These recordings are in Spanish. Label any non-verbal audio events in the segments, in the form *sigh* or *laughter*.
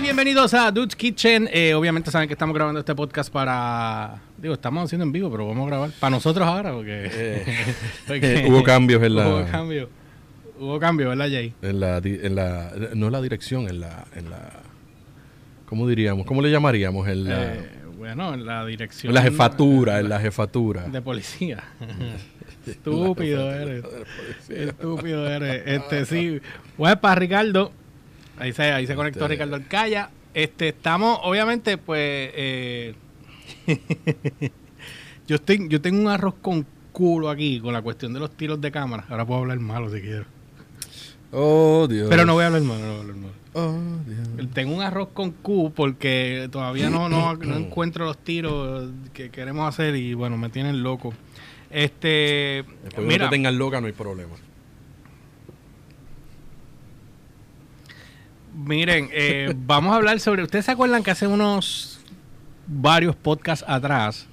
bienvenidos a Dude's Kitchen. Eh, obviamente saben que estamos grabando este podcast para. Digo, estamos haciendo en vivo, pero vamos a grabar para nosotros ahora porque. *laughs* porque- Eh, hubo cambios en la, Hubo cambio. Hubo cambio, ¿verdad, Jay? en la, di- en la- no en la dirección, en la, en la, ¿cómo diríamos? ¿Cómo le llamaríamos? En la, Eh, bueno, en la dirección. en la jefatura, en la jefatura. De *laughs* policía. Estúpido eres. Estúpido eres. Este sí. Bueno, para Ricardo. Ahí se, ahí se conectó Este- Ricardo Alcaya. Este, estamos, obviamente, pues. eh, *laughs* yo, estoy, yo tengo un arroz con culo aquí con la cuestión de los tiros de cámara. Ahora puedo hablar malo si quiero. Oh, Dios. Pero no voy a hablar malo, no voy a hablar malo. Oh, Dios. Tengo un arroz con Q porque todavía no, no, *coughs* no encuentro los tiros que queremos hacer y bueno, me tienen loco. Este, Después que no mira, te tengan loca, no hay problema. miren, eh, *laughs* vamos a hablar sobre, ¿ustedes se acuerdan que hace unos varios podcasts atrás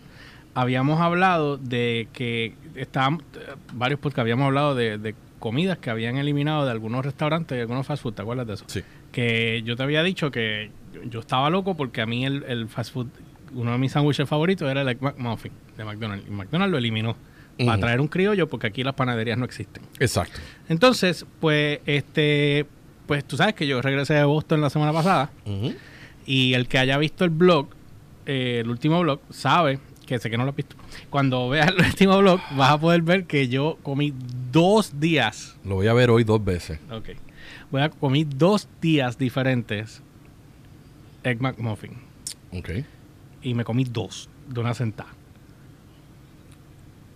habíamos hablado de que estábamos, eh, varios podcasts habíamos hablado de, de comidas que habían eliminado de algunos restaurantes, de algunos fast food, ¿te acuerdas de eso? Sí. que yo te había dicho que yo- yo estaba loco porque a mí el, el fast food, uno de mis sándwiches favoritos era el Egg McMuffin de McDonald's. Y McDonald's lo eliminó para Ujú. traer un criollo porque aquí las panaderías no existen. Exacto. Entonces, pues, este, pues tú sabes que yo regresé de Boston la semana pasada Ujú. y el que haya visto el blog, eh, el último blog, sabe que sé que no lo has visto. Cuando veas el *laughs* último blog, vas a poder ver que yo comí dos días Lo voy a ver hoy dos veces. Ok. Voy a comer dos días diferentes Egg McMuffin. Ok. Y me comí dos de una sentada.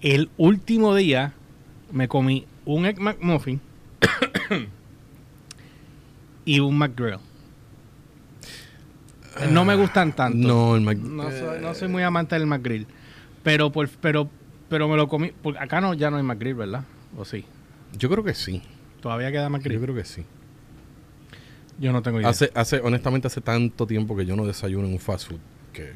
El último día me comí un Egg McMuffin *coughs* y un McGrill. No me gustan tanto. Ah, No, el eh, Mac- No soy, no soy muy amante del McGrill. Pero, por, pero, pero me lo comí. por- acá no, ya no hay McGrill, ¿verdad? ¿O sí? Yo creo que sí. ¿Todavía queda Yo McGrill? creo que sí. Yo no tengo idea. Hace, hace, honestamente, hace tanto tiempo que yo no desayuno en un fast food que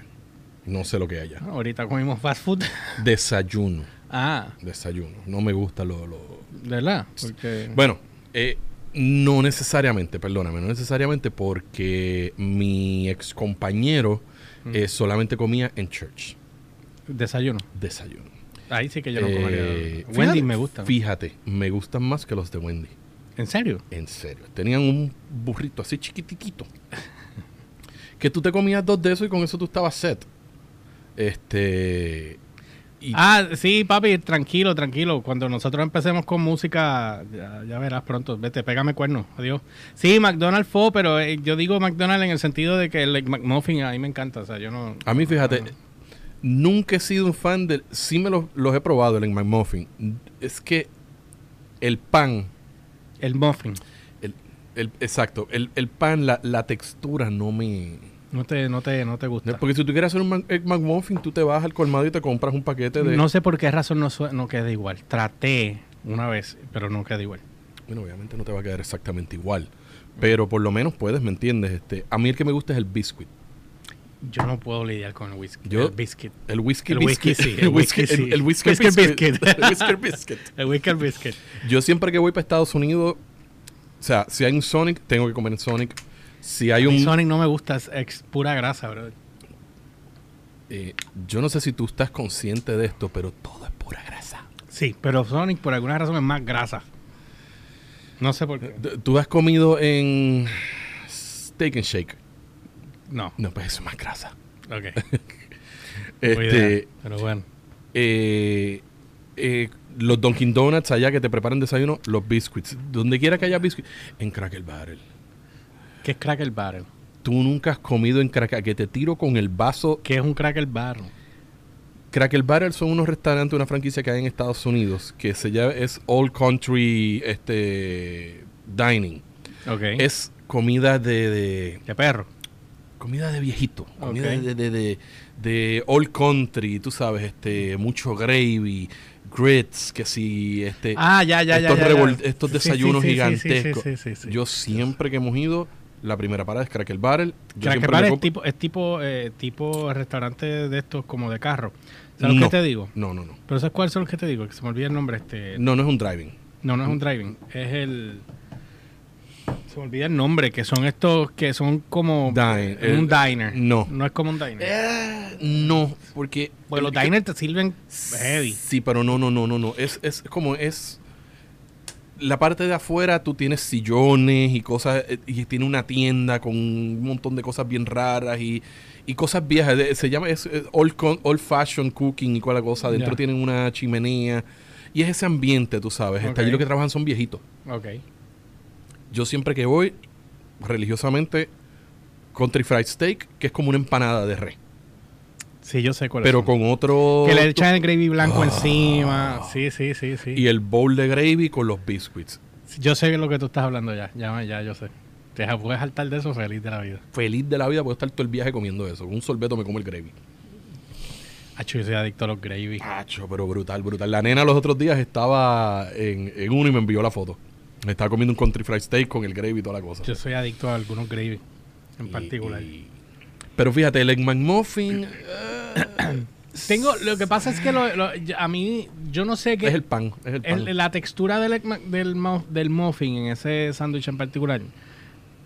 no sé lo que hay allá. Ah, Ahorita comimos fast food. *laughs* Desayuno. Ah, Desayuno. No me gusta lo. lo- ¿verdad? Porque... Bueno, eh, no necesariamente, perdóname, no necesariamente porque mi ex compañero solamente comía en church. Desayuno. Desayuno. Ahí sí que yo no Eh, comería. fíjate- Wendy me gusta. Fíjate, me gustan más que los de Wendy. ¿En serio? En serio. Tenían un burrito así *laughs* chiquitiquito. que tú te comías dos de esos y con eso tú estabas set. Este. y- Ah, sí, papi, tranquilo, tranquilo. Cuando nosotros empecemos con música, ya, ya verás pronto. Vete, pégame cuerno. Adiós. Sí, McDonald's fue, pero eh, yo digo McDonald's en el sentido de que el McMuffin a mí me encanta. O sea, yo no... A mí, fíjate, Ah. nunca he sido un fan del. Sí, me los, los he probado, el Egg McMuffin. Es que el pan, El muffin. el, el- exacto, el, el pan, la, la textura no me. No te, no te, no te gusta. Porque si tú quieres hacer un Mac- Egg McMuffin, tú te vas al colmado y te compras un paquete de. No sé por qué razón no, sue- no queda igual. Traté una vez, pero no queda igual. Bueno, obviamente no te va a quedar exactamente igual. Pero por lo menos puedes, ¿me entiendes? Este, a mí el que me gusta es el biscuit. Yo no puedo lidiar con el whisky. Yo- el biscuit. El whisky El biscuit. whisky sí, *laughs* El whisky sí. el- el whisky Whisker biscuit. biscuit. *laughs* El whisky biscuit. El whisky al biscuit. Yo siempre que voy para Estados Unidos, o sea, si hay un Sonic, tengo que comer en Sonic. Si hay A mí un... Sonic no me gusta, es ex- pura grasa, bro. eh, yo no sé si tú estás consciente de esto, pero todo es pura grasa. Sí, pero Sonic por alguna razón es más grasa. No sé por qué. D- ¿Tú has comido en Steak and Shake? No, No, pues eso es más grasa. *laughs* ok. Este, Este... Pero bueno. eh, eh, los Dunkin' Donuts allá que te preparan desayuno, los biscuits. Donde quiera que haya biscuits. En Cracker Barrel. ¿Qué es Cracker Barrel? Tú nunca has comido en Cracker... Que te tiro con el vaso ¿Qué es un Cracker Barrel? Cracker Barrel son unos restaurantes, una franquicia que hay en Estados Unidos que se llama es All Country este Dining. Ok. Es comida de, de- De perro. comida de viejito, comida Ok. de, de, de- de All Country, tú sabes, este mucho gravy, grits, que si este Ah, ya, ya, ya. estos, ya, ya. revol- estos Sí, sí, desayunos sí, sí, gigantescos. Sí, sí, sí, sí. Yo siempre que hemos ido la primera parada es Cracker Barrel. Yo Cracker siempre Barrel me es compro- tipo, es tipo, eh, tipo restaurante de estos como de carro. ¿Sabes lo No. que te digo? No, no, no. Pero ¿sabes cuáles son los que te digo? Que se me olvida el nombre. Este, No, no es un driving. No, no es un driving. Es el. Se me olvida el nombre, que son estos que son como Dine- un eh, diner. no. No es como un diner. Eh, no, porque. Porque los porque- diners te sirven heavy. Sí, pero no, no, no, no, no. Es, es como es. La parte de afuera tú tienes sillones y cosas. eh, Y tiene una tienda con un montón de cosas bien raras y, y cosas viejas. de- Se llama es, eh, old, con- old fashion cooking y cual la cosa. Dentro Ya. tienen una chimenea. Y es ese ambiente, tú sabes. El Ok. taller que trabajan son viejitos. Ok. Yo siempre que voy, religiosamente, country fried steak, que es como una empanada de res. Sí, yo sé cuál Pero es. con otro. Que le echan el gravy blanco encima. Sí, sí, sí, sí. Y el bowl de gravy con los biscuits. Yo sé lo que tú estás hablando ya. Ya, ya, yo sé. Te ja- puedes saltar de eso feliz de la vida. feliz de la vida puedo estar todo el viaje comiendo eso. Con un sorbeto me como el gravy. Acho, yo soy adicto a los gravy. Pacho, pero brutal, brutal. La nena los otros días estaba en, en uno y me envió la foto. Me estaba comiendo un country fried steak con el gravy y toda la cosa. Yo soy adicto a algunos gravy en Y- particular. y- Pero fíjate, el Egg McMuffin eh, Tengo, lo que pasa es que lo- lo- yo- a mí, yo no sé qué. es el pan. Es el pan. el- la textura del, egg ma- del, mu- del muffin en ese sándwich en particular,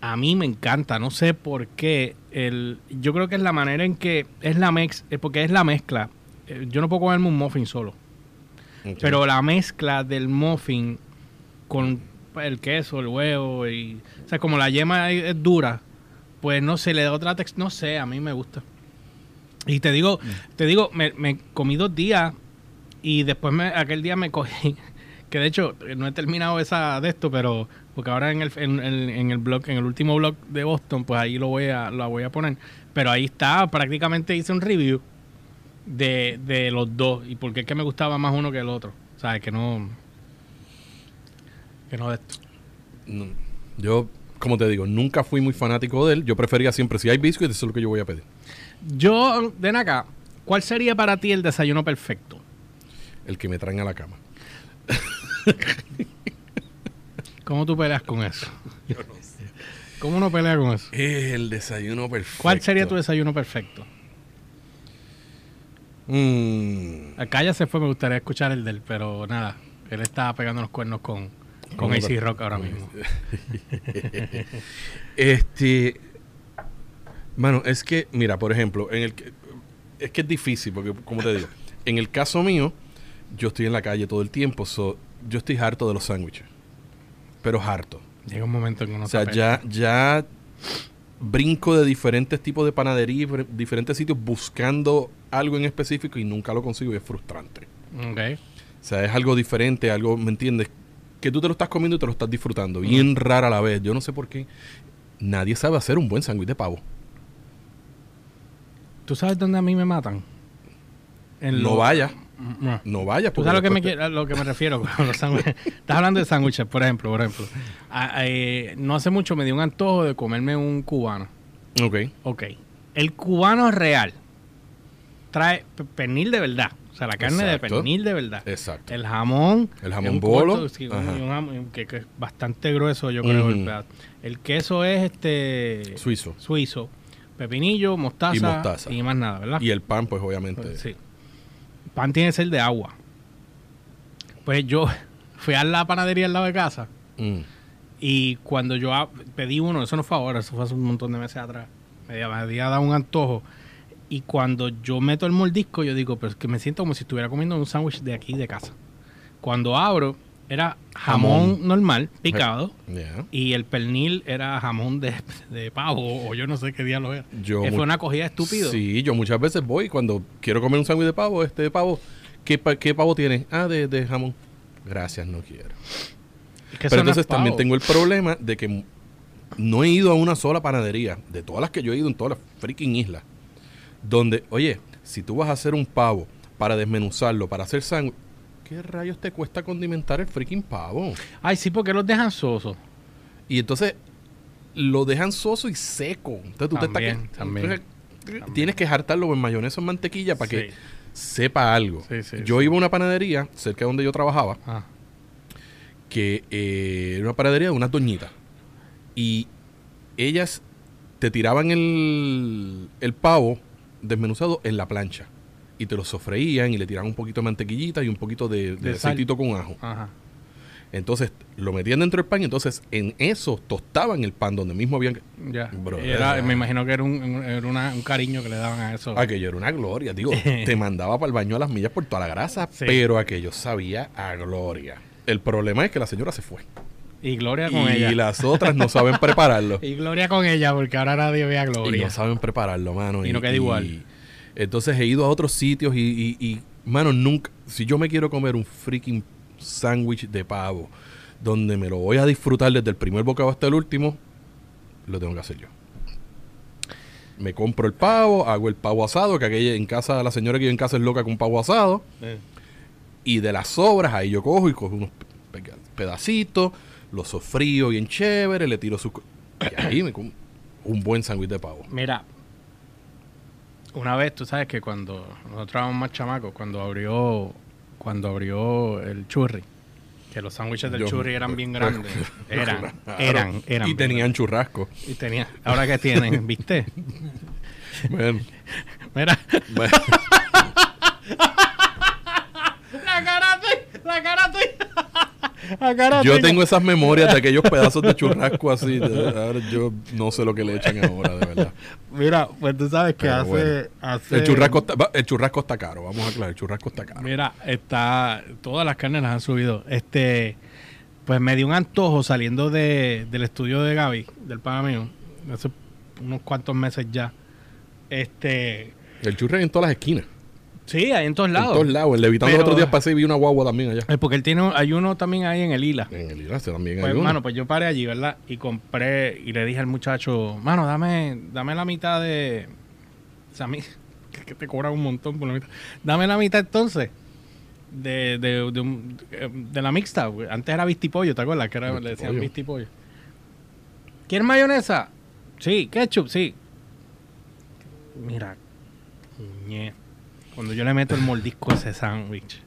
a mí me encanta. No sé por qué. El, yo creo que es la manera en que es la mez, eh, porque es la mezcla. Eh, Yo no puedo comerme un muffin solo. Ok. Pero la mezcla del muffin con el queso, el huevo y... O sea, como la yema es es dura, pues no sé, le da otra textura. No sé, a mí me gusta. Y te digo, te digo, me, me comí dos días y después me, aquel día me cogí... *laughs* Que de hecho, eh, no he terminado esa de esto, pero... Porque ahora en el, en, en- en el blog, en el último blog de Boston, pues ahí lo voy a, la voy a poner. Pero ahí está, prácticamente hice un review de, de los dos y por qué es que me gustaba más uno que el otro. O sea, que no. Que no de esto. No. Yo, como te digo, nunca fui muy fanático de él. Yo prefería siempre, si hay biscuits, eso es lo que yo voy a pedir. Yo, ven acá, ¿cuál sería para ti el desayuno perfecto? El que me traen a la cama. ¿Cómo tú peleas con *laughs* eso? ¿Cómo uno pelea con eso? El desayuno perfecto. ¿Cuál sería tu desayuno perfecto? Mm. Acá ya Ah, se fue, me gustaría escuchar el del, pero nada, él estaba pegando los cuernos con, con Con AC otra- Rock ahora con mismo. Este. Mano, es que, mira, por ejemplo, en el que- es que es difícil, porque, como te digo, en el caso mío, yo estoy en la calle todo el tiempo, so, yo estoy harto de los sándwiches. Pero harto. Llega un momento en que uno o sea, se pelea. ya, ya brinco de diferentes tipos de panadería, y fre- diferentes sitios, buscando algo en específico y nunca lo consigo y es frustrante. Ok. O sea, es algo diferente, algo, ¿me entiendes? Que tú te lo estás comiendo y te lo estás disfrutando. Bien rara a la vez. Yo no sé por qué. Nadie sabe hacer un buen sándwich de pavo. ¿Tú sabes dónde a mí me matan? En No lo- vaya, Mm, mm. no vaya. ¿Tú porque sabes lo que, me, después quiero- a lo que me refiero con los *laughs* sándwiches? Estás hablando de sándwiches, por ejemplo, por ejemplo. Ah, eh, no hace mucho me dio un antojo de comerme un cubano. te- Ok. Ok. El cubano real trae pe- pernil de verdad. O sea, la carne Exacto. de pernil de verdad. Exacto. El jamón. El jamón es un bolo. corto, sí, un- Ajá. un jamón que, que es bastante grueso, yo creo. el Ujú. pedazo. El queso es este... Suizo. Suizo. Pepinillo, mostaza. Y mostaza. y más nada, ¿verdad? Y el pan, pues obviamente. ah. Sí. Pan tiene que ser de agua. Pues yo *laughs* fui a la panadería al lado de casa Mm. y cuando yo a- pedí uno, eso no fue ahora, eso fue hace un montón de meses atrás, me había- me había dado un antojo. Y cuando yo meto el mordisco, yo digo, pero es que me siento como si estuviera comiendo un sándwich de aquí de casa. Cuando abro, era jamón, Jamón. normal, picado, Yeah. y el pernil era jamón de, de pavo, o yo no sé qué día lo era. Yo Eh, mu- fue una cogida estúpida. Sí, yo muchas veces voy cuando quiero comer un sándwich de pavo, este de pavo. ¿Qué, pa- qué pavo tiene? Ah, de, de jamón. Gracias, no quiero. Es que eso Pero no es entonces también pavo. tengo el problema de que m- no he ido a una sola panadería, de todas las que yo he ido en todas las freaking islas, donde, oye, si tú vas a hacer un pavo para desmenuzarlo, para hacer sándwich, ¿qué rayos te cuesta condimentar el freaking pavo? Ay, sí, porque los dejan sosos. Y entonces lo dejan soso y seco. Entonces tú te También, estás que- también. entonces, Tienes que jartarlo en mayonesa o en mantequilla para que Sí. sepa algo. Sí, sí, yo sí. iba a una panadería cerca de donde yo trabajaba Ah, que eh, era una panadería de unas doñitas. Y ellas te tiraban el, el pavo desmenuzado en la plancha. Y te lo sofreían y le tiraban un poquito de mantequillita y un poquito de, de De sal. aceitito con ajo. ajá. Entonces lo metían dentro del pan y entonces en eso tostaban el pan donde mismo habían. Ya. Bro, Y era- era- me imagino que era, un, un- era una- un cariño que le daban a eso. Aquello era una *laughs* gloria, digo, te mandaba para el baño a las millas por toda la grasa, Sí. pero aquello sabía a gloria. El problema es que la señora se fue Y Gloria con y ella. las otras no saben prepararlo. *laughs* Y Gloria con ella, porque ahora nadie ve a Gloria. Y no saben prepararlo, mano. Y no queda igual. Entonces he ido a otros sitios y, y- y, mano, nunca. Si yo me quiero comer un freaking sándwich de pavo, donde me lo voy a disfrutar desde el primer bocado hasta el último, lo tengo que hacer yo. Me compro el pavo, hago el pavo asado, que aquella en casa, la señora que yo en casa es loca con pavo asado. Eh. Y de las sobras, ahí yo cojo y cojo unos pe- pedacitos, los sofrío bien chévere, le tiro su. co- Y ahí me como un buen sándwich de pavo. Mira, una vez tú sabes que cuando nosotros éramos más chamacos, cuando abrió, cuando abrió el churri, que los sándwiches del Yo- churri eran bien grandes. *laughs* Eran, Claro. eran, eran. Y bien tenían churrasco. grandes. Y tenía. Ahora que tienen, *laughs* ¿viste? *laughs* Bueno, Mira. bueno, La cara tuya, la cara tuya. *laughs* La cara yo tuya. tengo esas memorias de aquellos pedazos de churrasco así. de- ahora yo no sé lo que le echan ahora, de verdad. Mira, pues tú sabes que Pero hace, bueno. hace- El churrasco, está, va, el churrasco está caro, vamos a aclarar, el churrasco está caro. Mira, está. Todas las carnes las han subido. Este. Pues me dio un antojo saliendo de, del estudio de Gaby, del pana mío, hace unos cuantos meses ya. Este. El churrasco en todas las esquinas. Sí, hay en todos En lados. todos lados. El levitando Pero- los otros días pasé y vi una guagua también allá. Eh, Porque él tiene, un- hay uno también ahí en el Hila. En el Irace también Pues, hay uno. mano, pues yo paré allí, ¿verdad? Y compré y le dije al muchacho, mano, dame, dame la mitad de. O sea, a mí, *laughs* que- que te cobran un montón por la mitad. Dame la mitad entonces. De, de, de, un- eh, de la mixta. güey. Antes era vistipollo, ¿te acuerdas? Que era, le decían vistipollo. ¿Quieres mayonesa? Sí. ¿Ketchup? Sí. Mira, ñe. Cuando yo le meto el mordisco a ese sándwich.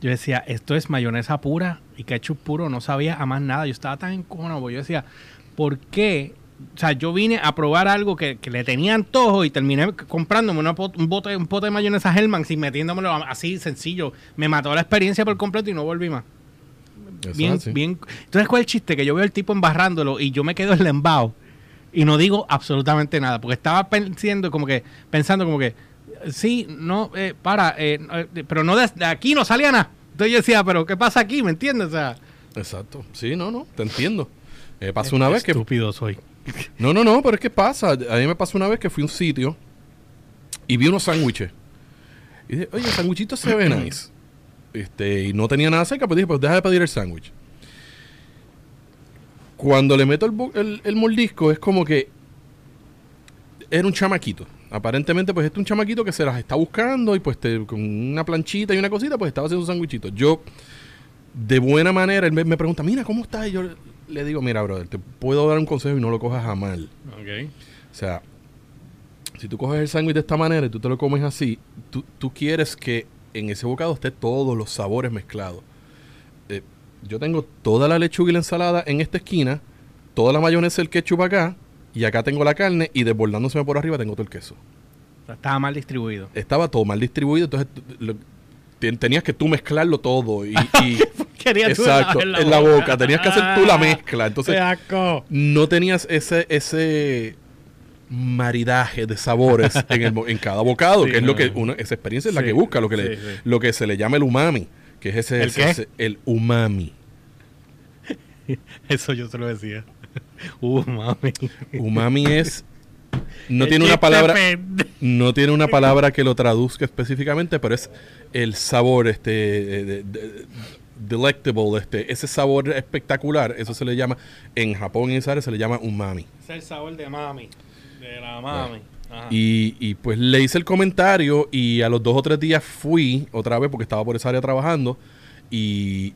Yo decía, esto es mayonesa pura y ketchup puro, no sabía a más nada. Yo estaba tan encojonado, porque yo decía, ¿por qué? O sea, yo vine a probar algo que, que le tenía antojo y terminé c- comprándome una pot- un, bote, un pote de mayonesa Hellman sin metiéndomelo a- así sencillo. Me mató la experiencia por completo y no volví más. Eso es Bien, así. bien. Entonces, ¿cuál es el chiste? Que yo veo al tipo embarrándolo y yo me quedo en el embao y no digo absolutamente nada, porque estaba pensando como que, pensando como que, sí, no, eh, para, eh, no, eh, pero no de, de aquí no salía nada. Entonces yo decía, pero ¿qué pasa aquí? ¿Me entiendes? O sea, Exacto. Sí, no, no, te entiendo. Me pasó una vez que estúpido soy. No, no, no, pero es que pasa. A mí me pasó una vez que fui a un sitio y vi unos sándwiches. Y dije, oye, el sándwichito se ve nice. Este, y no tenía nada cerca, pues dije, pues deja de pedir el sándwich. Cuando le meto el, bo- el, el mordisco, es como que era un chamaquito. Aparentemente, pues este es un chamaquito que se las está buscando y pues te- con una planchita y una cosita, pues estaba haciendo un sándwichito. Yo, de buena manera, él me, me pregunta, mira, ¿cómo estás? Y yo le- le digo, mira, brother, te puedo dar un consejo y no lo cojas a mal. O sea, si tú coges el sándwich de esta manera y tú te lo comes así, tú, tú quieres que en ese bocado esté todos los sabores mezclados. Eh, yo tengo toda la lechuga y la ensalada en esta esquina, toda la mayonesa y el ketchup acá, y acá tengo la carne y desbordándoseme por arriba tengo todo el queso. O sea, Estaba mal distribuido. Estaba todo mal distribuido, entonces t- lo- ten- tenías que tú mezclarlo todo y... *laughs* y- *laughs* Quería tú exacto, en la, boca. Tenías que hacer tú la mezcla. Entonces, Ah, ¡Qué asco! no tenías ese, ese maridaje *laughs* de sabores en, el bo- en cada bocado, Sí, que es lo no. que una, esa experiencia es la Sí, que busca, lo que, le, sí, sí. lo que se le llama el umami, que es ese, ¿El ese- qué? ese- el umami. Eso yo se lo decía. *laughs* Uh, mami. *laughs* Umami es no Qué tiene una chiste palabra pende- no tiene una palabra que lo traduzca específicamente, pero es el sabor este eh, de- de- delectable, este ese sabor espectacular, eso se le llama en Japón y en esa área se le llama umami. *laughs* Es el sabor de mami. De la mami. Ajá. Y, y, pues le hice el comentario y a los dos o tres días fui otra vez porque estaba por esa área trabajando y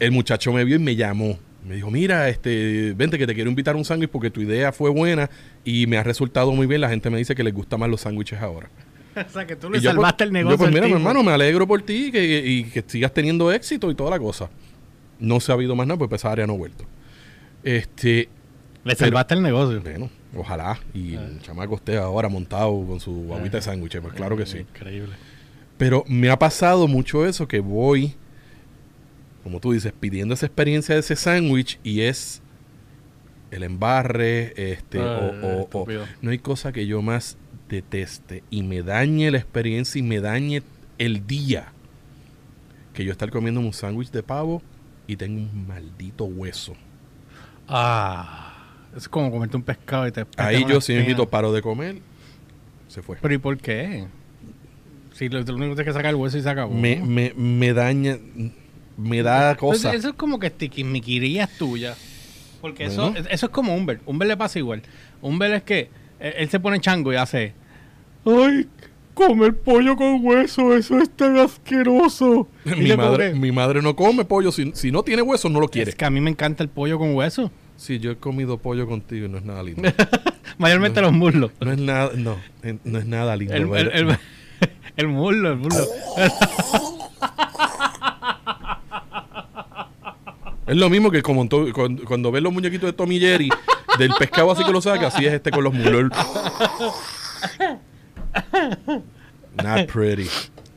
el muchacho me vio y me llamó. Me dijo, mira, este, vente que te quiero invitar a un sándwich porque tu idea fue buena y me ha resultado muy bien. La gente me dice que les gusta más los sándwiches ahora. *laughs* O sea, que tú le Y yo, salvaste pues, el negocio. Yo, pues al mira, mi tipo. hermano, me alegro por ti y que, y que sigas teniendo éxito y toda la cosa. No se ha habido más nada porque esa área no ha vuelto. Este, Le salvaste el negocio. bueno, ojalá. Y el Ah. chamaco esté ahora montado con su guaguita de sándwiches, pues claro que sí. Increíble. Pero me ha pasado mucho eso que voy como tú dices, pidiendo esa experiencia de ese sándwich y es el embarre, este, Ah, o- o- o, estúpido. no hay cosa que yo más deteste y me dañe la experiencia y me dañe el día que yo estar comiendo un sándwich de pavo y tengo un maldito hueso. Ah, es como comerte un pescado y te Ahí pescan yo, una si espina. me paro de comer, se fue. Pero ¿y por qué? Si lo, lo único que tienes que sacar el hueso y se acabó. Me, me, me daña, me da Entonces, cosa. eso Pues, es como que tiquismiquirías tuyas. Porque Bueno. eso, eso es como Humbert. Humbert le pasa igual. Humbert es que eh, él se pone chango y hace. ¡Ay! Comer pollo con hueso, eso es tan asqueroso. Y *laughs* *laughs* Mi yo madre, como mi madre no come pollo. Si, si no tiene hueso, no lo que, quiere. Es que a mí me encanta el pollo con hueso. Si yo he comido pollo contigo y no es nada lindo. Mayormente No. los muslos. No es nada, no, eh, no es nada lindo. El, ver- el- *laughs* el- el muslo, el muslo. Es lo mismo que como en to- cuan- cuando, ves los muñequitos de Tommy Jerry, del pescado así que lo saca, así es este con los mulos. Not pretty.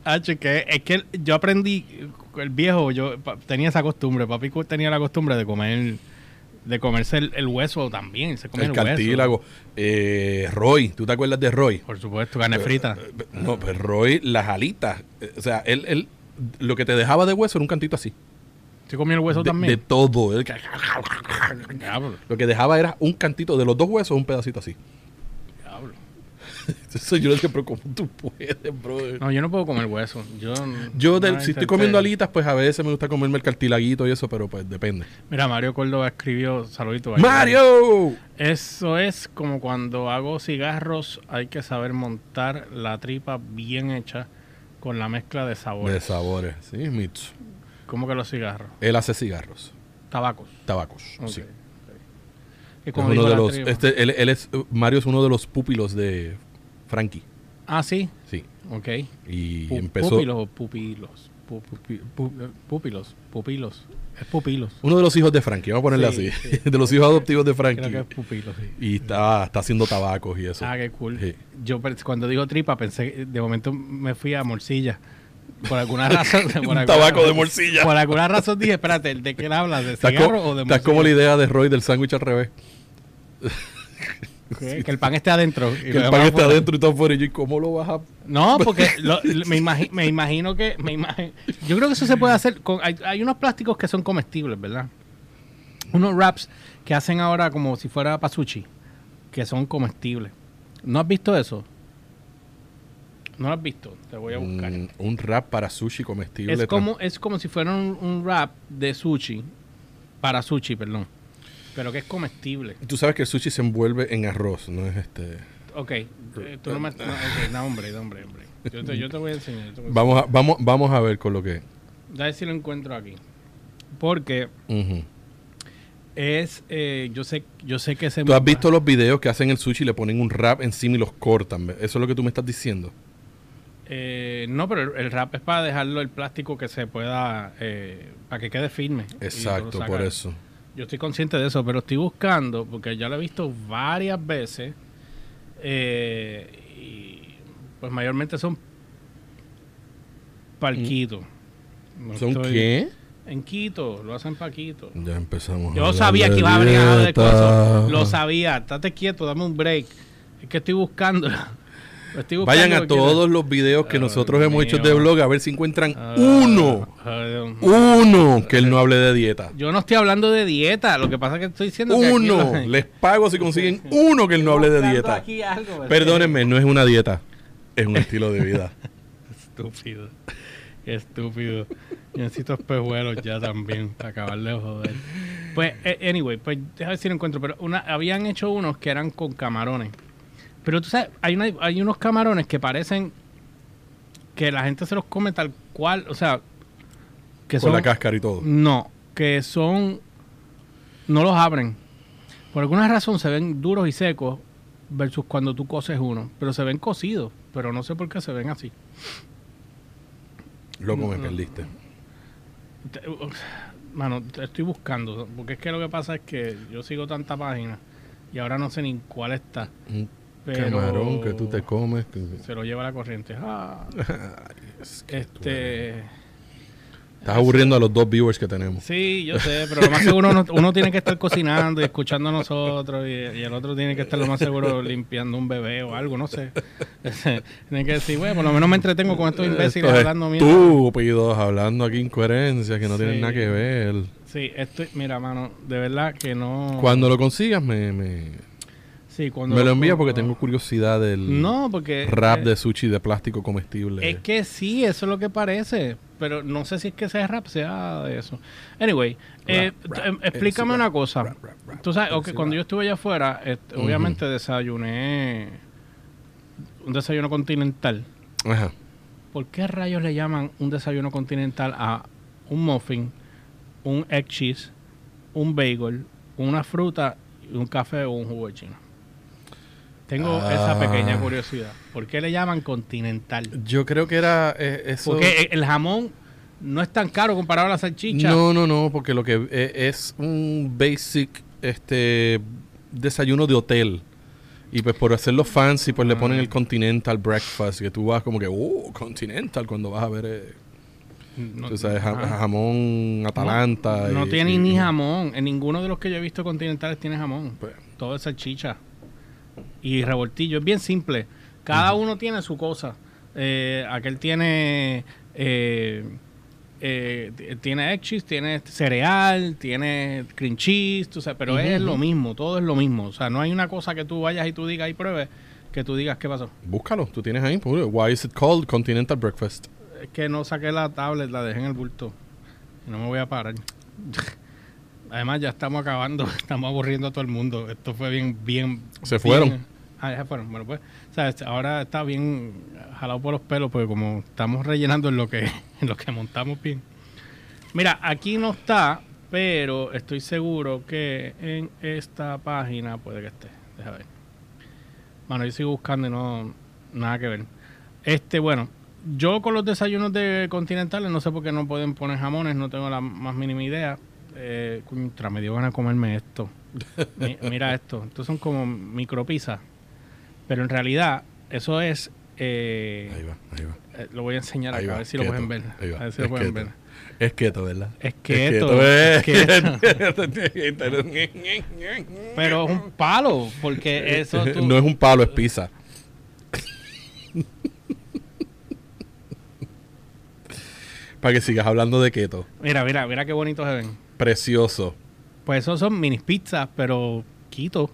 Ah, que es que yo aprendí, el viejo, yo pa- tenía esa costumbre, papi cu- tenía la costumbre de comer, de comerse el, el hueso también, se come El el, hueso. cartílago. Eh, Roy, ¿tú te acuerdas de Roy? Por supuesto, carne frita. No, pues Roy, las alitas. eh, O sea, él, él- lo que te dejaba de hueso era un cantito así. ¿Tú comías el hueso De, de Pues también? todo. Él- Diablo, lo que dejaba era un cantito de los dos huesos, un pedacito así. *laughs* diablo. Eso yo le decía, pero ¿cómo tú puedes, brother? No, yo no puedo comer hueso. Yo, n- Yo, del- no si estoy intenté. comiendo alitas, pues a veces me gusta comerme el cartilaguito y eso, pero pues depende. Mira, Mario Córdoba escribió, saludito. ahí, ¡Mario! Eso es como cuando hago cigarros, hay que saber montar la tripa bien hecha con la mezcla de De sabores. sabores, sí, Mitsu. ¿Cómo que los cigarros? Él hace cigarros, Tabacos. tabacos, Ok, sí. ok. Y Es como uno digo de la los, tribu- este, él, él es, Mario es uno de los pupilos de Frankie, Ah, sí, sí. ok. Y Pu- empezó... Pupilos o pupilos. Pu- pupi- pu- eh, pupilos, pupilos. Es pupilos. Uno de los hijos de Frankie, vamos a ponerle Sí, así. *laughs* de los hijos adoptivos de Creo que Frankie. es pupilos, sí. Y está, está haciendo tabacos y eso. Ah, *laughs* *laughs* qué cool. Sí. Yo pe- cuando digo tripa pensé, de momento me fui a morcilla. Por alguna *laughs* razón. por alguna tabaco de razón- morcilla. Por alguna razón dije, espérate, ¿de qué él habla? ¿De Estás cigarro co- o de estás como la idea de Roy del sándwich al revés. morcilla? Que, que el pan esté adentro. y Que lo el pan demás está afuera. adentro y está afuera. Y yo, ¿y cómo lo vas a...? No, porque lo- me, imagi- me imagino que... Me imagi- yo creo que eso se puede hacer... Con, hay, hay unos plásticos que son comestibles, ¿verdad? Unos wraps que hacen ahora como si fuera pasuchi, que son comestibles. ¿No has visto eso? ¿No lo has visto? Te voy a buscar. Un, Mm, un wrap para sushi comestible. Es como, es como si fuera un, un wrap de sushi, para sushi, perdón. Pero que es comestible. Tú sabes que el sushi se envuelve en arroz, no es este... Ok, eh, tú no me... No, ok, no, hombre, no, hombre, hombre. Yo te, yo te voy a enseñar. yo te voy a enseñar. Vamos a, vamos, vamos a ver con lo que. A ver si lo encuentro aquí. Porque Ujú. es... eh, yo, sé, yo sé que se... Tú has visto los videos que hacen el sushi y le ponen un wrap encima y los cortan. ¿ve? Eso es lo que tú me estás diciendo. Eh, no, pero el, el wrap es para dejarlo el plástico que se pueda... eh, para que quede firme. y tú lo Exacto, por sacas. eso. Yo estoy consciente de eso, pero estoy buscando, porque ya lo he visto varias veces, eh, y pues mayormente son palquitos. Mm. ¿Son qué? En Quito, lo hacen paquito. Ya empezamos. Yo a sabía que hablar de iba a venir algo de dieta. cosas. Lo sabía, estate quieto, dame un break. Es que estoy buscando. *laughs* estoy buscando Vayan lo a que quiero. todos los videos que Ay, nosotros Dios hemos hecho mío. de blog a ver si encuentran Ah, uno. ay, Dios mío. Uno que él no hable de dieta. Yo no estoy hablando de dieta, lo que pasa es que estoy diciendo que aquí Uno. lo- Les pago si consiguen uno que él no hable de dieta. Aquí algo, ¿verdad? Perdónenme, no es una dieta. Es un estilo de *laughs* vida. Estúpido. Qué estúpido. Yo necesito espejuelos ya también para acabarle de joder. Pues, eh, anyway, pues déjame ver si lo encuentro. Pero una, habían hecho unos que eran con camarones. Pero tú sabes, hay, una- hay unos camarones que parecen que la gente se los come tal cual. O sea, que Con son. Mm, la cáscara y todo. No, que son. No los abren. Por alguna razón se ven duros y secos versus cuando tú coces uno. Pero se ven cocidos. Pero no sé por qué se ven así. mm, Loco, me perdiste. Te- u- Mano, te estoy buscando, porque es que lo que pasa es que yo sigo tanta página y ahora no sé ni cuál está. Un Pero Camarón que tú te comes. que- Se lo lleva la corriente. Ah, Es que tú eres- este. Estás aburriendo a los dos viewers que tenemos. Sí, yo sé, pero lo más seguro uno, uno tiene que estar cocinando y escuchando a nosotros y, y el otro tiene que estar lo más seguro limpiando un bebé o algo, no sé. *laughs* tiene que decir, bueno, por lo menos me entretengo con estos imbéciles Estos hablando mierda. estúpidos hablando aquí incoherencias que no tienen Sí. nada que ver. Sí, esto, mira, mano, de verdad que no... Cuando lo consigas me, me, Sí, cuando me lo envía porque tengo curiosidad del No, porque... rap eh, de sushi de plástico comestible. Es que sí, eso es lo que parece, pero no sé si es que sea rap, sea de eso. Anyway, eh, Rap, t- rap, em, explícame MC una rap, cosa. rap, rap, rap, Tú sabes, ok, MC cuando rap. yo estuve allá afuera, este, Ujú. obviamente desayuné un desayuno continental. Ajá. ¿Por qué rayos le llaman un desayuno continental a un muffin, un egg cheese, un bagel, una fruta, y un café o un jugo de chino? Tengo esa Ah. pequeña curiosidad. ¿Por qué le llaman continental? Yo creo que era eh, eso. Porque el- el jamón no es tan caro comparado a la salchicha. No, no, no, porque lo que eh, es un basic este desayuno de hotel. Y pues por hacerlo fancy, pues le Ah. ponen el continental breakfast, que tú vas como que, oh, continental, cuando vas a ver, eh, no, tú sabes, ja- ajá. jamón atalanta. No y- tiene y- ni jamón. En ninguno de los que yo he visto continentales tiene jamón. Pues, Todo es salchicha. Y revoltillo. Es bien simple. Cada uno tiene su cosa. Eh, aquel tiene... eh, eh, t- tiene egg cheese, tiene cereal, tiene cream cheese, tú sabes, pero es Ujú, lo ujú. mismo, todo es lo mismo. O sea, no hay una cosa que tú vayas y tú digas y pruebes, que tú digas qué pasó. búscalo, tú tienes ahí, pues, why is it called continental breakfast? Es que no saqué la tablet, la dejé en el bulto. Y no me voy a parar. Además, ya estamos acabando, *laughs* estamos aburriendo a todo el mundo. Esto fue bien, bien. Se bien- fueron. Ah, ya se fueron. Bueno, pues, o sea, este, ahora está bien jalado por los pelos, porque como estamos rellenando en lo que, *laughs* en lo que montamos bien. Mira, aquí no está, pero estoy seguro que en esta página puede que esté. Deja ver. Bueno, yo sigo buscando y no. Nada que ver. Este, bueno, yo con los desayunos de continentales no sé por qué no pueden poner jamones, no tengo la más mínima idea. Eh, contra, me dio ganas de comerme esto. *laughs* Mi- mira esto. Estos son como micropizzas. Pero en realidad, eso es. eh, Ahí va, ahí va. eh, lo voy a enseñar ahí acá, va, a ver si lo keto, pueden ver. ahí va, A ver si lo es pueden keto. ver. Es keto, ¿verdad? Es keto. Es es keto. *laughs* keto. Pero es un palo, porque eso tú- Eh, No es un palo, es *laughs* pizza. Para que sigas hablando de keto. Mira, mira, mira qué bonito se ven. Precioso. Pues esos son mini pizzas, pero quito.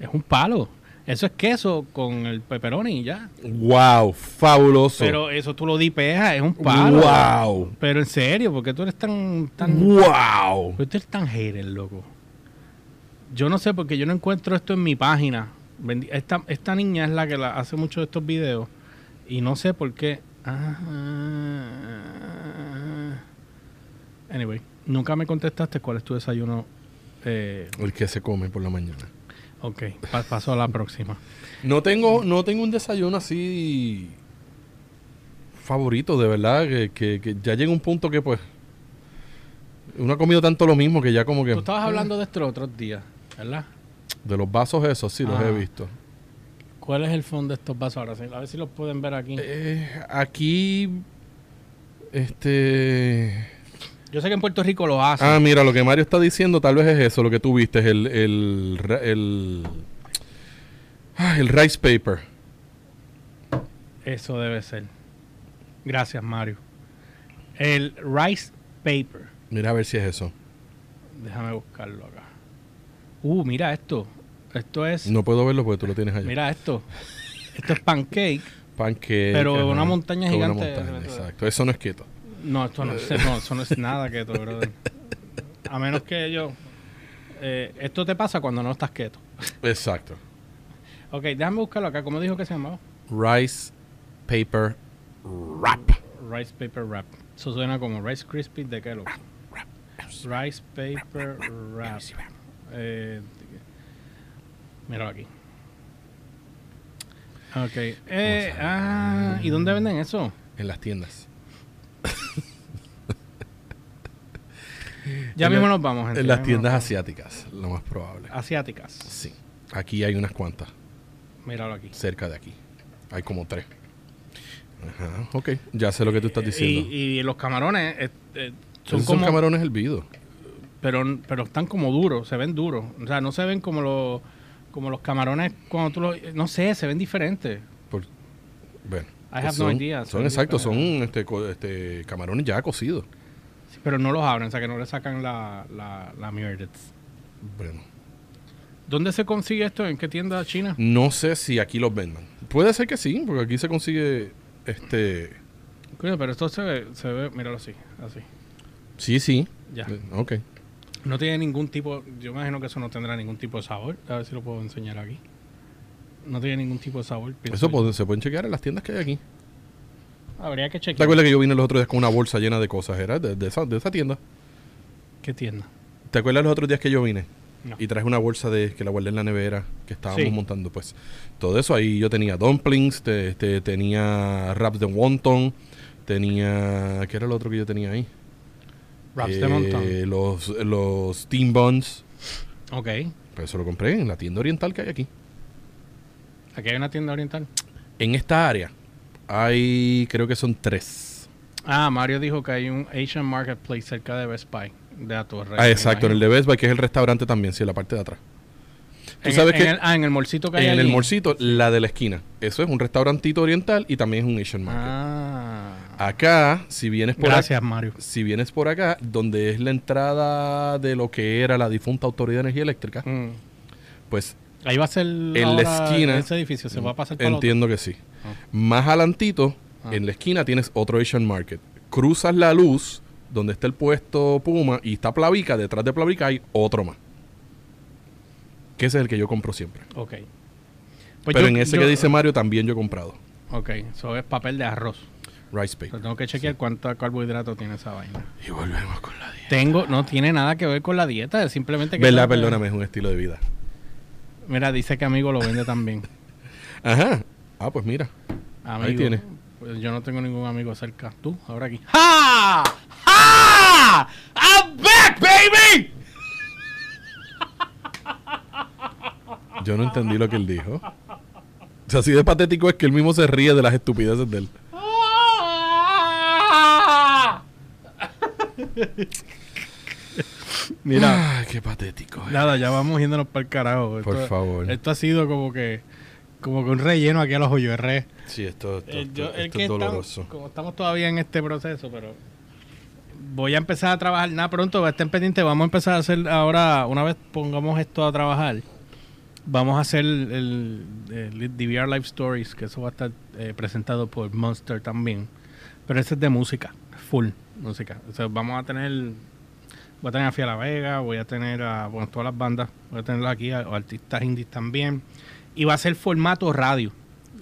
Es un palo. Eso es queso con el pepperoni y ya. Wow, fabuloso. Pero eso tú lo dipeas, es un palo. wow. Pero en serio, porque tú eres tan, tan, Wow. porque tú eres tan hater, loco. Yo no sé porque yo no encuentro esto en mi página. Bendi- Esta, esta niña es la que la hace muchos de estos videos y no sé por qué. Ah. Anyway, nunca me contestaste cuál es tu desayuno eh, El que se come por la mañana. Ok, pa- paso a la próxima. No tengo, no tengo un desayuno así favorito, de verdad, que, que- que ya llega un punto que pues uno ha comido tanto lo mismo que ya como que Tú estabas hablando de estos otros días, ¿verdad? de los vasos esos sí los Ah. he visto. ¿Cuál es el fondo de estos vasos ahora? sí? A ver si los pueden ver aquí. Eh, aquí. Este. Yo sé que en Puerto Rico lo hacen. Ah, mira, lo que Mario está diciendo tal vez es eso, lo que tú viste, es el. El. ra- El, ah, el rice paper. Eso debe ser. Gracias, Mario. El rice paper. Mira a ver si es eso. Déjame buscarlo acá. Uh, mira esto. Esto es. No puedo verlo porque tú lo tienes allá. Mira esto. Esto es pancake. Pancake. Pero ajá, una montaña con gigante Una montaña, de- de- exacto. Eso no es keto. No, esto no, es- no, eso no es nada keto, brother. A menos que yo. eh, esto te pasa cuando no estás keto. Exacto. Ok, déjame buscarlo acá. ¿Cómo dijo que se llamaba? Rice paper wrap. Rice Paper Wrap. Eso suena como Rice Krispies de Kellogg. Rice Paper Wrap. Eh, míralo aquí. Ok. Eh, ah, ¿Y dónde venden eso? En las tiendas. Ya En mismo la- nos vamos, gente. En ya mismo las nos tiendas asiáticas, lo más probable. vamos. asiáticas. Sí. Aquí hay unas cuantas. Míralo aquí. cerca de aquí. Hay como tres. Ajá, ok, ya sé lo que tú estás diciendo. Eh, Y, y los camarones eh, eh, Esos son como. camarones hervidos. pero, pero están como duros, se ven duros. O sea, no se ven como los, como los camarones cuando tú los. No sé, se ven diferentes. Por- bueno, I have son, no idea, Son son exactos, son diferentes. este, co- este, camarones ya cocidos. Sí, pero no los abren, o sea, que no le sacan la, la, la Meredith. Bueno, ¿Dónde se consigue esto? ¿En qué tienda china? no sé si aquí los vendan. Puede ser que sí, porque aquí se consigue este. Coño, pero esto se ve, se ve, míralo así, así. Sí, sí. Ya. Eh, Ok. No tiene ningún tipo, yo imagino que eso no tendrá ningún tipo de sabor. A ver si lo puedo enseñar aquí. No tiene ningún tipo de sabor. pienso Eso yo. puede- se pueden chequear en las tiendas que hay aquí. Habría que ¿Te chequear. acuerdas que yo vine los otros días con una bolsa llena de cosas? Era de, de esa, de esa tienda. ¿Qué tienda? ¿Te acuerdas los otros días que yo vine? No. Y traje una bolsa de que la guardé en la nevera que estábamos Sí. montando, pues. Todo eso ahí yo tenía dumplings, te- te- tenía wraps de wonton, tenía ¿qué era lo otro que yo tenía ahí? Wraps Eh, de montón. Los los steam buns, Ok. pues eso lo compré en la tienda oriental que hay aquí. Aquí hay una tienda oriental. En esta área hay creo que son tres. Ah, Mario dijo que hay un Asian Marketplace cerca de Best Buy, de la torre. Ah, exacto, en el me de Best Buy que es el restaurante también, sí, en la parte de atrás. imagino. tú En- sabes en que- el- ah, en el morcito que hay en el allí. morcito, la de la esquina. Eso es un restaurantito oriental y también es un Asian market. Ah. Acá, si vienes por acá, Gracias, Mario. si vienes por acá, donde es la entrada de lo que era la difunta Autoridad de Energía Eléctrica, Mm. pues Ahí va a ser la esquina- ese edificio, se va a pasar para el otro. entiendo que sí. Ah. Más adelantito, Ah. en la esquina tienes otro Asian Market. Cruzas la luz, donde está el puesto Puma, y está Plavica, detrás de Plavica hay otro más. Que ese es el que yo compro siempre. Ok. Pues Pero yo- en ese yo- que dice Mario también yo he comprado. Ok, eso es papel de arroz. Rice Paper. Pero tengo que chequear cuánto carbohidrato tiene esa vaina. Y volvemos con la dieta. Tengo, no tiene nada que ver con la dieta, es simplemente que... ¿Verdad? tengo que- Perdóname, es un estilo de vida. Mira, dice que amigo lo vende *laughs* también. Ajá. Ah, pues mira. Amigo, tiene. Pues yo no tengo ningún amigo cerca. Tú, ahora aquí. ¡Ja! ¡Ja! ¡I'm back, baby! Yo no entendí lo que él dijo. O sea, así de patético es que él mismo se ríe de las estupideces de él. *laughs* Mira, Ay, qué patético. eh. nada, ya vamos yéndonos para el carajo. Por favor. Esto ha sido como que como que un relleno aquí a los hoyos R. Sí, esto, esto- Eh, yo- esto- el esto que es estamos- doloroso. como estamos todavía en este proceso, pero voy a empezar a trabajar. Nada, pronto, estén pendientes. Vamos a empezar a hacer ahora, una vez pongamos esto a trabajar, vamos a hacer el, el DVR Live Stories, que eso va a estar eh, presentado por Monster también. Pero ese es de música, full música. O sea, vamos a tener, voy a tener a Fia La Vega, voy a tener a bueno, todas las bandas, voy a tenerlas aquí, a- a artistas indies también. Y va a ser formato radio.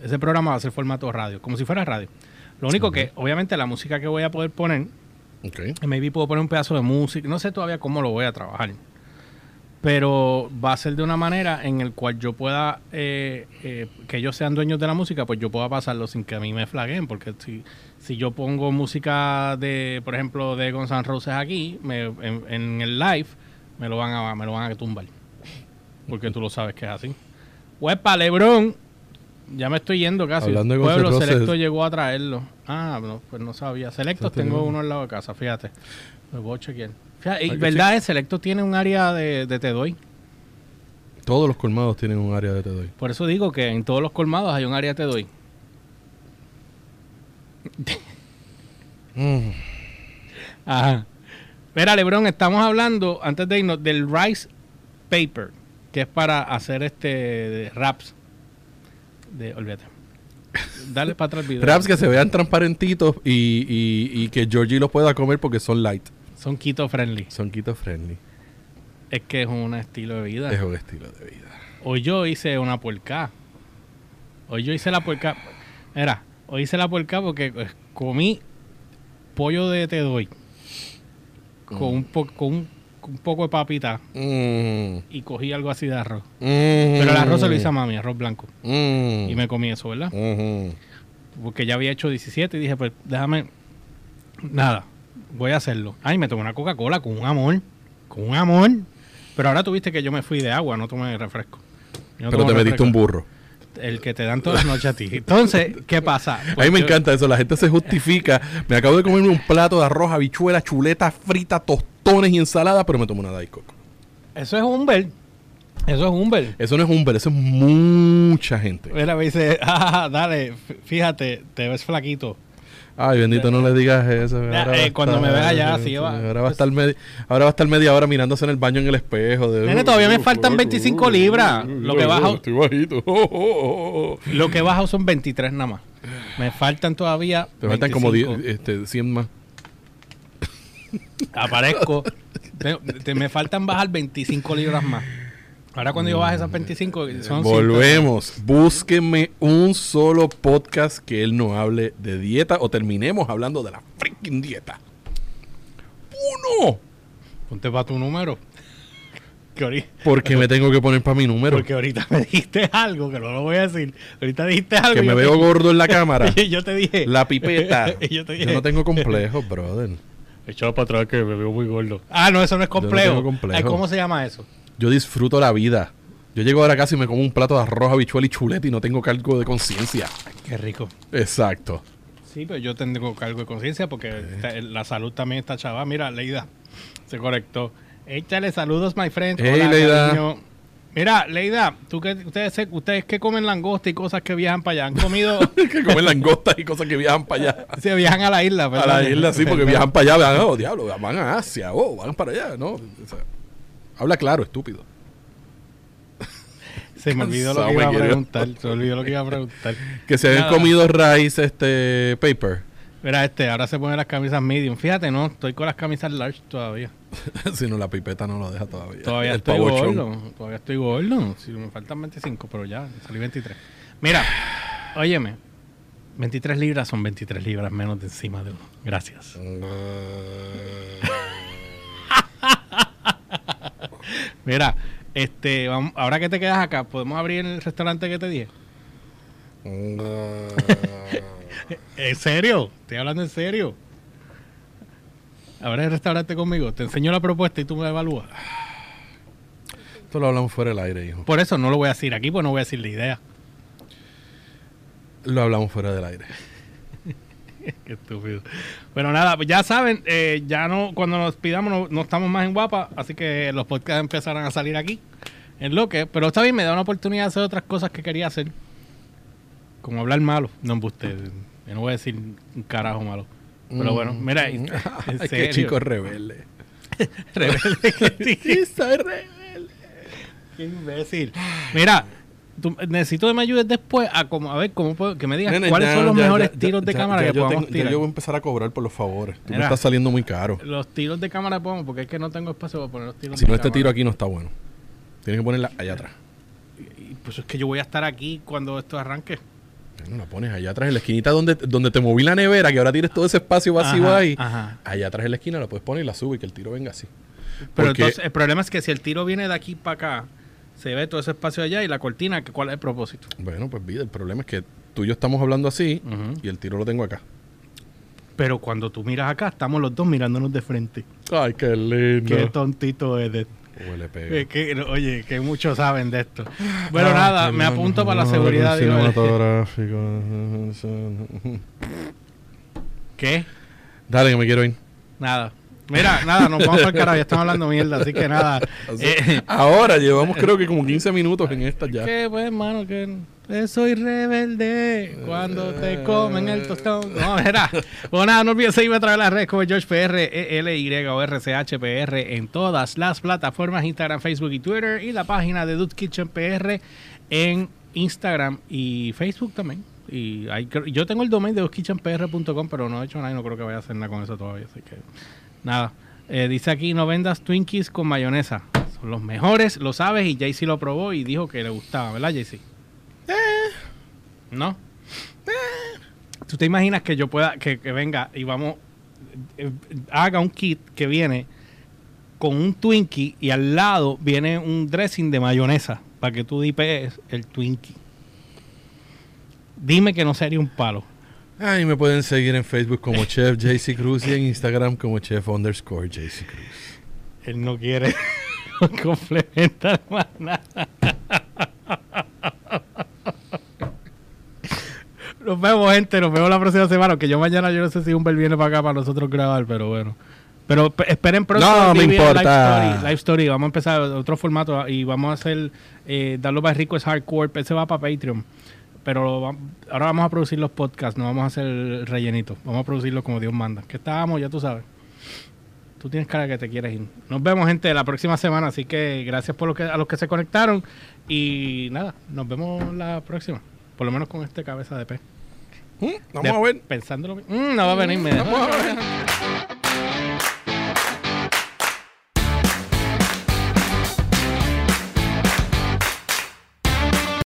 Ese programa va a ser formato radio, como si fuera radio. Lo único que, obviamente, la música que voy a poder poner, Ok. maybe puedo poner un pedazo de música, no sé todavía cómo lo voy a trabajar. Pero va a ser de una manera en el cual yo pueda, eh, eh, que ellos sean dueños de la música, pues yo pueda pasarlo sin que a mí me flaguen. Porque si, si yo pongo música de, por ejemplo, de Guns N' Roses aquí, me- en, en el live, me lo, van a, me lo van a tumbar. Porque tú lo sabes que es así. Huepa, Lebrón. Ya me estoy yendo casi. Hablando de Guns N' Pueblo Roses. Selecto llegó a traerlo. Ah, no, pues no sabía. Selectos Eso tengo tenemos. uno al lado de casa, fíjate. Lo puedo chequear. Fíjate, y Hay que verdad es, Selecto tiene un área de, de Te Doy. Todos los colmados tienen un área de te doy. Por eso digo que en todos los colmados hay un área de Te Doy. Mm. Ajá. Mira, Lebron, estamos hablando, antes de irnos, del rice paper, que es para hacer este de raps. De, olvídate. Dale para atrás el video. Raps que se vean transparentitos y, y- y que Georgie los pueda comer porque son light. Son keto friendly. Son keto friendly. Es que es un estilo de vida. Es un estilo de vida. Hoy yo hice una puerca. Hoy yo hice la puerca. Mira, hoy hice la puerca porque eh, comí pollo de te doy con, un, po- con un, con un poco de papita Mm. y cogí algo así de arroz. Pero Pero el arroz se lo hice a mami, arroz blanco. Mm. Y me comí eso, ¿verdad? Porque ya había hecho 17 y dije, pues déjame. Nada, voy a hacerlo. Ay, me tomé una Coca-Cola con un amor. Con un amor. Pero ahora tuviste que yo me fui de agua, no tomé refresco. Yo no Pero tomo te metiste refresco. un burro. el que te dan todas las noches a ti. Entonces, ¿qué pasa? a mí me Pues yo- encanta eso, la gente se justifica. Me acabo de comerme un plato de arroz, habichuela, chuleta frita, tostones y ensalada, pero me tomo una Diet Coke. Eso es Humber. Eso es Humber. Eso no es un ver, eso es mucha gente. Mira, me dice, *laughs* "Ah, dale, f- fíjate, te ves *laughs* flaquito. Ay, bendito, no le digas eso. Ahora va eh, a cuando me estar- vea ya, sí, va. Pues Ahora va, a estar medi- ahora va a estar media hora mirándose en el baño en el espejo. De, uh, Nene, todavía me faltan 25 libras. Lo que baja- Estoy bajito. Lo que he bajado son 23 nada más. Me faltan todavía. Te faltan como 10, 25. este, 100 más. Aparezco. te- te- me faltan bajar 25 libras más. Ahora cuando yo baje esas 25 son Volvemos. Búsquenme un solo podcast que él no hable de dieta o terminemos hablando de la freaking dieta. 100. ¡Uno! Ponte para tu número. Que ahorita, Porque me tengo que poner para mi número. porque ahorita me dijiste algo que no lo voy a decir. Ahorita dijiste algo. Que y me yo veo gordo en la *laughs* cámara. te, Yo te dije. La pipeta. *laughs* Y yo te Yo dije- no tengo complejos, brother. Echado para atrás que me veo muy gordo. Ah, no, eso no es complejo. tengo complejo. Ay, ¿Cómo se llama eso? Yo disfruto la vida. Yo llego ahora casi y me como un plato de arroz, habichuela y chuleta y no tengo cargo de conciencia. Qué rico. Exacto. Sí, pero yo tengo cargo de conciencia porque Eh. está- eh, la salud también está chava. Mira, Leida se conectó. Échale saludos, my friend. Hey, Leida. cariño. Mira, Leida, tú que ustedes se- ustedes que comen langosta y cosas que viajan para allá, han *laughs* comido que comen langostas y cosas que viajan para allá. se viajan a la isla, A ¿verdad? la isla, sí, *laughs* porque viajan para allá. Van, oh, diablo, van a Asia. Oh, van para allá, ¿no? O sea, habla claro, estúpido. Se me olvidó lo que Cansado, iba a me quiero. preguntar, se me olvidó lo que iba a preguntar. Que se habían Nada. comido rice, este, paper. *laughs* Mira, este, ahora se ponen las camisas medium. Fíjate, no, estoy con las camisas large todavía. si no, la pipeta no lo deja todavía. Todavía El estoy power show. gordo. Todavía estoy gordo. Si me faltan 25, pero ya, salí 23. Mira, óyeme. 23 libras son 23 libras menos de encima de uno. Gracias. Mira, este, vam- ahora que te quedas acá, ¿podemos abrir el restaurante que te dije? ¿En serio? Estoy hablando en serio. Ahora el restaurante conmigo. Te enseño la propuesta y tú me evalúas. *laughs* Esto lo hablamos fuera del aire, hijo. Por eso no lo voy a decir aquí, pues no voy a decir la idea. Lo hablamos fuera del aire. Qué estúpido. Bueno, nada, pues ya saben, eh, ya no, cuando nos pidamos, no, no estamos más en guapa, así que los podcasts empezarán a salir aquí, en lo que, pero está bien, me da una oportunidad de hacer otras cosas que quería hacer, como hablar malo, no embuste, yo no voy a decir un carajo malo. Pero bueno, *laughs* mira, Mm. en Ay, qué serio. chico rebelde. Rebelde que estoy. Soy rebelde. *laughs* Qué imbécil. Mira, tú- necesito que me ayudes después a, como, a ver cómo puedo, que me digas Nene, cuáles ya, son los ya, mejores ya, tiros de ya, cámara ya que yo podamos tengo- ya tirar. yo voy a empezar a cobrar por los favores. Tú me Mira. estás saliendo muy caro. Los tiros de cámara podemos, porque es que no tengo espacio para poner los tiros Si de no, este cámara. tiro aquí no está bueno. Tienes que ponerla allá atrás. Y pues es que yo voy a estar aquí cuando esto arranque. No la pones allá atrás en la esquinita donde, donde te moví la nevera, que ahora tienes todo ese espacio vacío Ajá, ahí. ajá. Allá atrás en la esquina la puedes poner y la subes y que el tiro venga así. Pero Porque- entonces el problema es que si el tiro viene de aquí para acá, se ve todo ese espacio allá y la cortina, que- ¿cuál es el propósito? Bueno, pues vida, el problema es que tú y yo estamos hablando así y el tiro lo tengo acá. Pero cuando tú miras acá, estamos los dos mirándonos de frente. Ay, qué Qué lindo. tontito eres. Huele pega. Eh, que- oye, que muchos saben de esto. Bueno, Ah, nada, qué Ah, me bueno. apunto para la No, seguridad. digo, cinematográfico. ¿Qué? Dale, que me quiero ir. Nada. Mira, nada, nos vamos para el carajo. Ya estamos hablando mierda, así que *laughs* nada. Eh, Ahora llevamos creo que como 15 minutos en esta ya. Que pues, mano, que eh, soy rebelde cuando te comen el tostón. No, era. Bueno, nada, no olvides seguirme a través de las redes como George PR, ELY o RCHPR en todas las plataformas, Instagram, Facebook y Twitter. Y la página de Dude Kitchen PR en Instagram y Facebook también. Y hay, creo- yo tengo el domain de dudekitchenpr.com, pero no he hecho nada y no creo que vaya a hacer nada con eso todavía. Así que Nada. Eh, dice aquí, no vendas Twinkies con mayonesa. Son los mejores, lo sabes, y Jay-Z lo probó y dijo que le gustaba, ¿verdad, Jay-Z? ¿No? ¿Tú te imaginas que yo pueda, que, que venga y vamos, eh, eh, haga un kit que viene con un Twinkie y al lado viene un dressing de mayonesa para que tú dipees el Twinkie? Dime que no sería un palo. Ay, Ah, me pueden seguir en Facebook como *laughs* Chef JC Cruz y en Instagram como Chef underscore JC Cruz. Él no quiere *laughs* complementar más nada. Nos vemos, gente. Nos vemos la próxima semana. Que yo mañana, yo no sé si Humber viene para acá para nosotros grabar, pero bueno. Pero p- esperen pronto. No, me Vivian importa. Live story, Live Story. Vamos a empezar otro formato y vamos a hacer. Eh, Darlo para Rico es hardcore. Ese va para Patreon. Pero lo va- ahora vamos a producir los podcasts. No vamos a hacer rellenitos. Vamos a producirlos como Dios manda. Que estábamos, ya tú sabes. Tú tienes cara que te quieres ir. Nos vemos, gente, la próxima semana. Así que gracias por lo que, a los que se conectaron. Y nada, nos vemos la próxima. Por lo menos con este cabeza de pez. Mm, Vamos a ver. *laughs* Pensándolo. bien. Mm, no va a venir. me dejó. Vamos a ver.